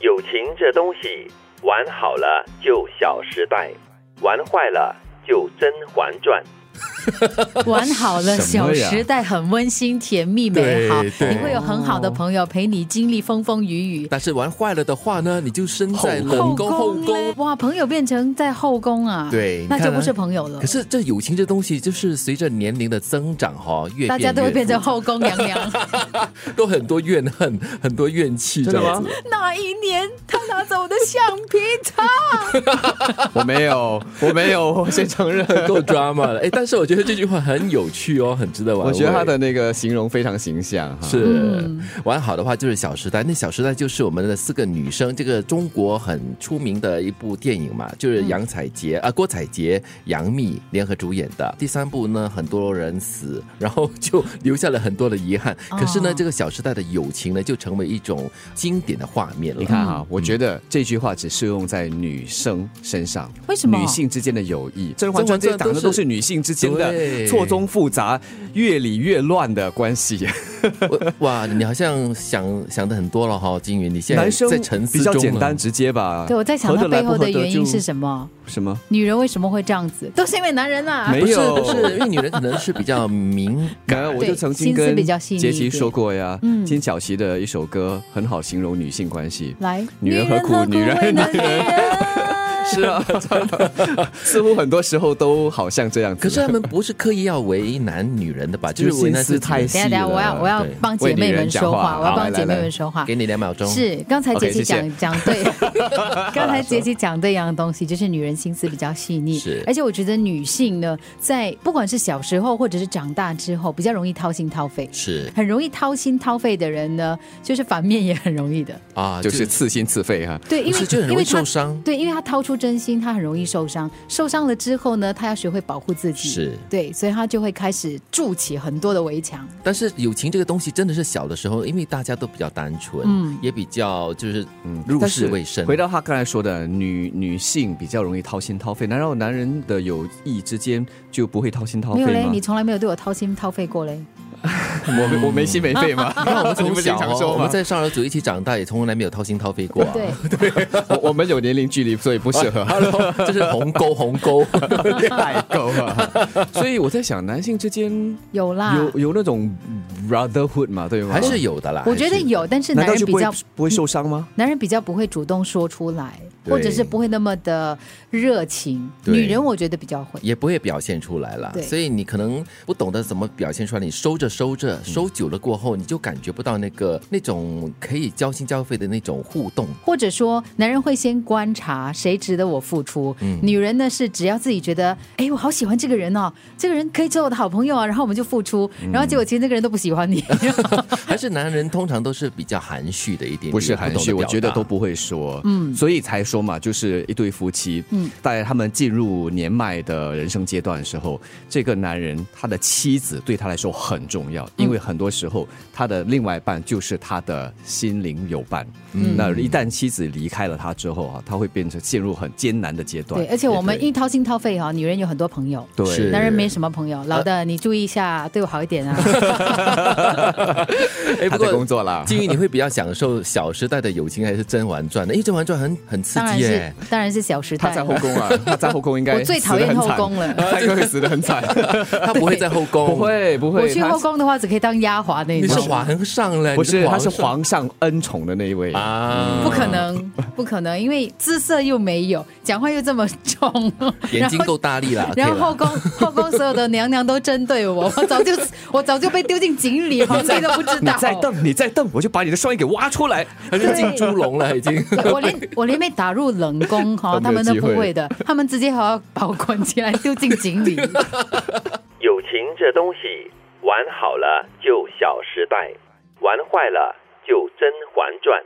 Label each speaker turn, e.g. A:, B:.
A: 友情这东西，玩好了就《小时代》，玩坏了就《甄嬛传》。
B: 玩好了，《
C: 什
B: 小
C: 么呀
B: 时代》很温馨、甜蜜、美好，
C: 对对
B: 你会有很好的朋友陪你经历风风雨雨。
C: 但是玩坏了的话呢，你就身在
D: 后
C: 冷宫后
B: 宫嘞
C: 宫。
B: 哇，朋友变成在后宫啊，
C: 对
B: 那
C: 你
B: 就
C: 看啊
B: 不是朋友了
C: 可。是这友情这东西，就是随着年龄的增长哈、越
B: 大家都会变成
C: 越
B: 后宫娘 娘。
C: 复杂都很多怨恨， 很多怨气这
D: 真的
C: 样
D: 吗
C: 子。？
B: 那一年，他拿走我的橡皮擦。
D: 我没有，我没有，我先承认。
C: 够 drama 了，哎，但是我觉得这句话很有趣哦，很值得玩味。
D: 我觉得他的那个形容非常形象哈。
C: 是、
B: 嗯
C: 玩好的话就是《小时代》，那《小时代》就是我们的四个女生，这个中国很出名的一部电影嘛，
D: 嗯
C: 就是杨采洁啊、郭采洁、杨幂联合主演的。第三部呢，很多人死，然后就留下了很多的遗憾。可是呢，
B: 哦
C: 这个《小时代》的友情呢，就成为一种经典的画面了。
D: 你看哈，我觉得这句话只适用在女生身上，
B: 为什么
D: 女性之间的友谊，《甄嬛
C: 嬛
D: 传》
C: 传
D: 这些讲的
C: 都
D: 都
C: 是
D: 是女性之间的
C: 对
D: 错综复杂、越理越乱的关 系。
C: 我哇，你好像想想的很多了哈、金云，你现在
D: 男生
C: 在沉思
D: 比较
C: 中
D: 简
C: 了
D: 单直接吧。
B: 对，我在想
D: 合
B: 他
D: 得来
B: 背
D: 不
B: 后的
D: 合得
B: 原因
D: 就是
B: 什么？
D: 什么？
B: 女人为什么会这样子？都是因为男人啊。
D: 没
C: 不是
D: 有
C: 不是，因为女人可能是比较 敏
D: 然后
C: 感，
D: 我
B: 对
D: 就曾经
B: 心思
D: 跟
B: 比较细腻一
D: 杰
B: 点
D: 奇说过呀，
B: 嗯
D: 金小琪的一首歌很好形容女性关系。
B: 来，
D: 女人何苦女人
B: 为男人。
D: 是啊，真的 似乎很多时候都好像这样子。
C: 可是他啊们不是刻意要为难女人的吧？
D: 就是
C: 是为难
D: 心思
C: 自己
D: 太细
B: 等一下，等一下，我要我要
C: 对
B: 帮姐妹们说话，我
D: 为女人讲话
B: 要
D: 好来
B: 帮姐妹
D: 来来
B: 们说话
C: 给。你两秒钟。
B: 啊是，刚才
D: OK，
B: 杰奇
D: 谢谢
B: 讲讲 对，刚才杰奇讲对一样东西，就是女人心思比较细腻，
C: 是
B: 而且我觉得女性呢，在不管是小时候或者是长大之后，比较容易掏心掏肺。
C: 是
B: 很容易掏心掏肺的人呢，就是反面也很容易的。
C: 啊，
D: 就是刺心刺肺哈。
B: 对，因为
C: 不是就很
B: 因
C: 容易
B: 为他嗯
C: 受伤
B: 对，因为他掏出真心，他很容易受伤。受伤了之后呢，他要学会保护自己。
C: 是。
B: 对，所以他就会开始筑起很多的围墙。
C: 但是友情这个东西真的是小的时候，因为大家都比较单纯，
B: 嗯
C: 也比较就是嗯入
D: 但
C: 世
D: 是
C: 未深。
D: 回到他刚才说的，女女性比较容易掏心掏肺，难道男人的友谊之间就不会掏心掏
B: 没
D: 肺
B: 有嘞，
D: 吗？
B: 你从来没有对我掏心掏肺过嘞。
D: 我没我没心没 肺吗？
C: 那我 们从
D: 你不是经
C: 小
D: 常
C: 哦
D: 说
C: 我
D: 吗
C: 们在少儿组一起长大，也从来没有掏心掏肺过、啊。
B: 对，
D: 我我们有年龄距离，所以不适合
C: Hello，这是鸿沟，鸿沟。
D: 代沟 啊。所以我在想，男性之间
B: 有啦。
D: 有有那种 brotherhood 嘛，对吗？
C: 还是有的啦。
B: 我觉得
C: 还是
B: 有，但是男
D: 难道
B: 人
D: 就
B: 比
D: 不会
B: 较
D: 不会受伤吗？
B: 男人比较不会主动说出来，
C: 对
B: 或者是不会那么的热情。
C: 对
B: 女人我觉得比较会。
C: 也不会表现出来了，
B: 对
C: 所以你可能不懂得怎么表现出来，你收着收
D: 嗯
C: 着，收久了过后，你就感觉不到那个那种可以交心交肺的那种互动。
B: 或者说，男人会先观察谁值得我付出，女人呢是只要自己觉得，哎，我好喜欢这个人哦，这个人可以做我的好朋友啊，然后我们就付出，然后结果其实那个人都不喜欢你。
C: 还是男人通常都是比较含蓄的一点点，
D: 不是
C: 懂
D: 含
C: 得
D: 蓄，我
C: 表达
D: 觉得都不会说，嗯，所以才说嘛，就是一对夫妻，嗯，在他们进入年迈的人生阶段的时候，这个男人他的妻子对他来说很重要，因为很多时候他的另外一半就是他的心灵友伴，嗯，那一旦妻子离开了他之后啊，他会变成陷入很艰难的阶段，
B: 对，而且我们
D: 对
B: 一掏心掏肺哈、女人有很多朋友，
D: 对
C: 是
B: 男人没什么朋友。老的，你注意一下，对我好一点啊。
C: 哎，
D: 他
C: 不
D: 在
C: 过
D: 工。作 啦，
C: 金鱼，你会比较享受《小时代》的友情还是《甄嬛传》呢？因哎为《甄嬛传》很很刺
B: 当然
C: 激
B: 是
C: 耶，，
B: 当然是小时
D: 他
B: 代
D: 在
B: 了。
D: 后宫啊，他在后宫应该
B: 我最讨厌
D: 死得很惨
B: 后宫了
D: 他应该会死得很惨，
C: 他不会在后宫，
D: 不，会不会，
B: 我去
D: 他
B: 后宫的话，只可以当丫鬟那
C: 你是
B: 种。
C: 皇上嘞，
D: 不是，
C: 哎你
D: 他是
C: 上
D: 皇上恩宠的那一位。
C: 啊，
B: 不可， 能，不可能，因为姿色又没有，讲话又这么重，
C: 眼睛够大力了，
B: 然后。然后
C: 可以了
B: 后宫后宫所有的娘娘都针对我，我早就我早就被丢进井里，皇帝都不知
D: 你
B: 道。
D: 再瞪，你再瞪，我就把你的双眼给挖出来。
C: 他是进猪笼了，已经。
B: 我连我连被打入冷宫哈，
D: 都
B: 他
D: 没有
B: 们都
D: 机
B: 不
D: 会
B: 会的，他们直接好好把我关起来丢进井里。
A: 友情这东西，玩好了就《小时代》，玩坏了就《甄嬛传》。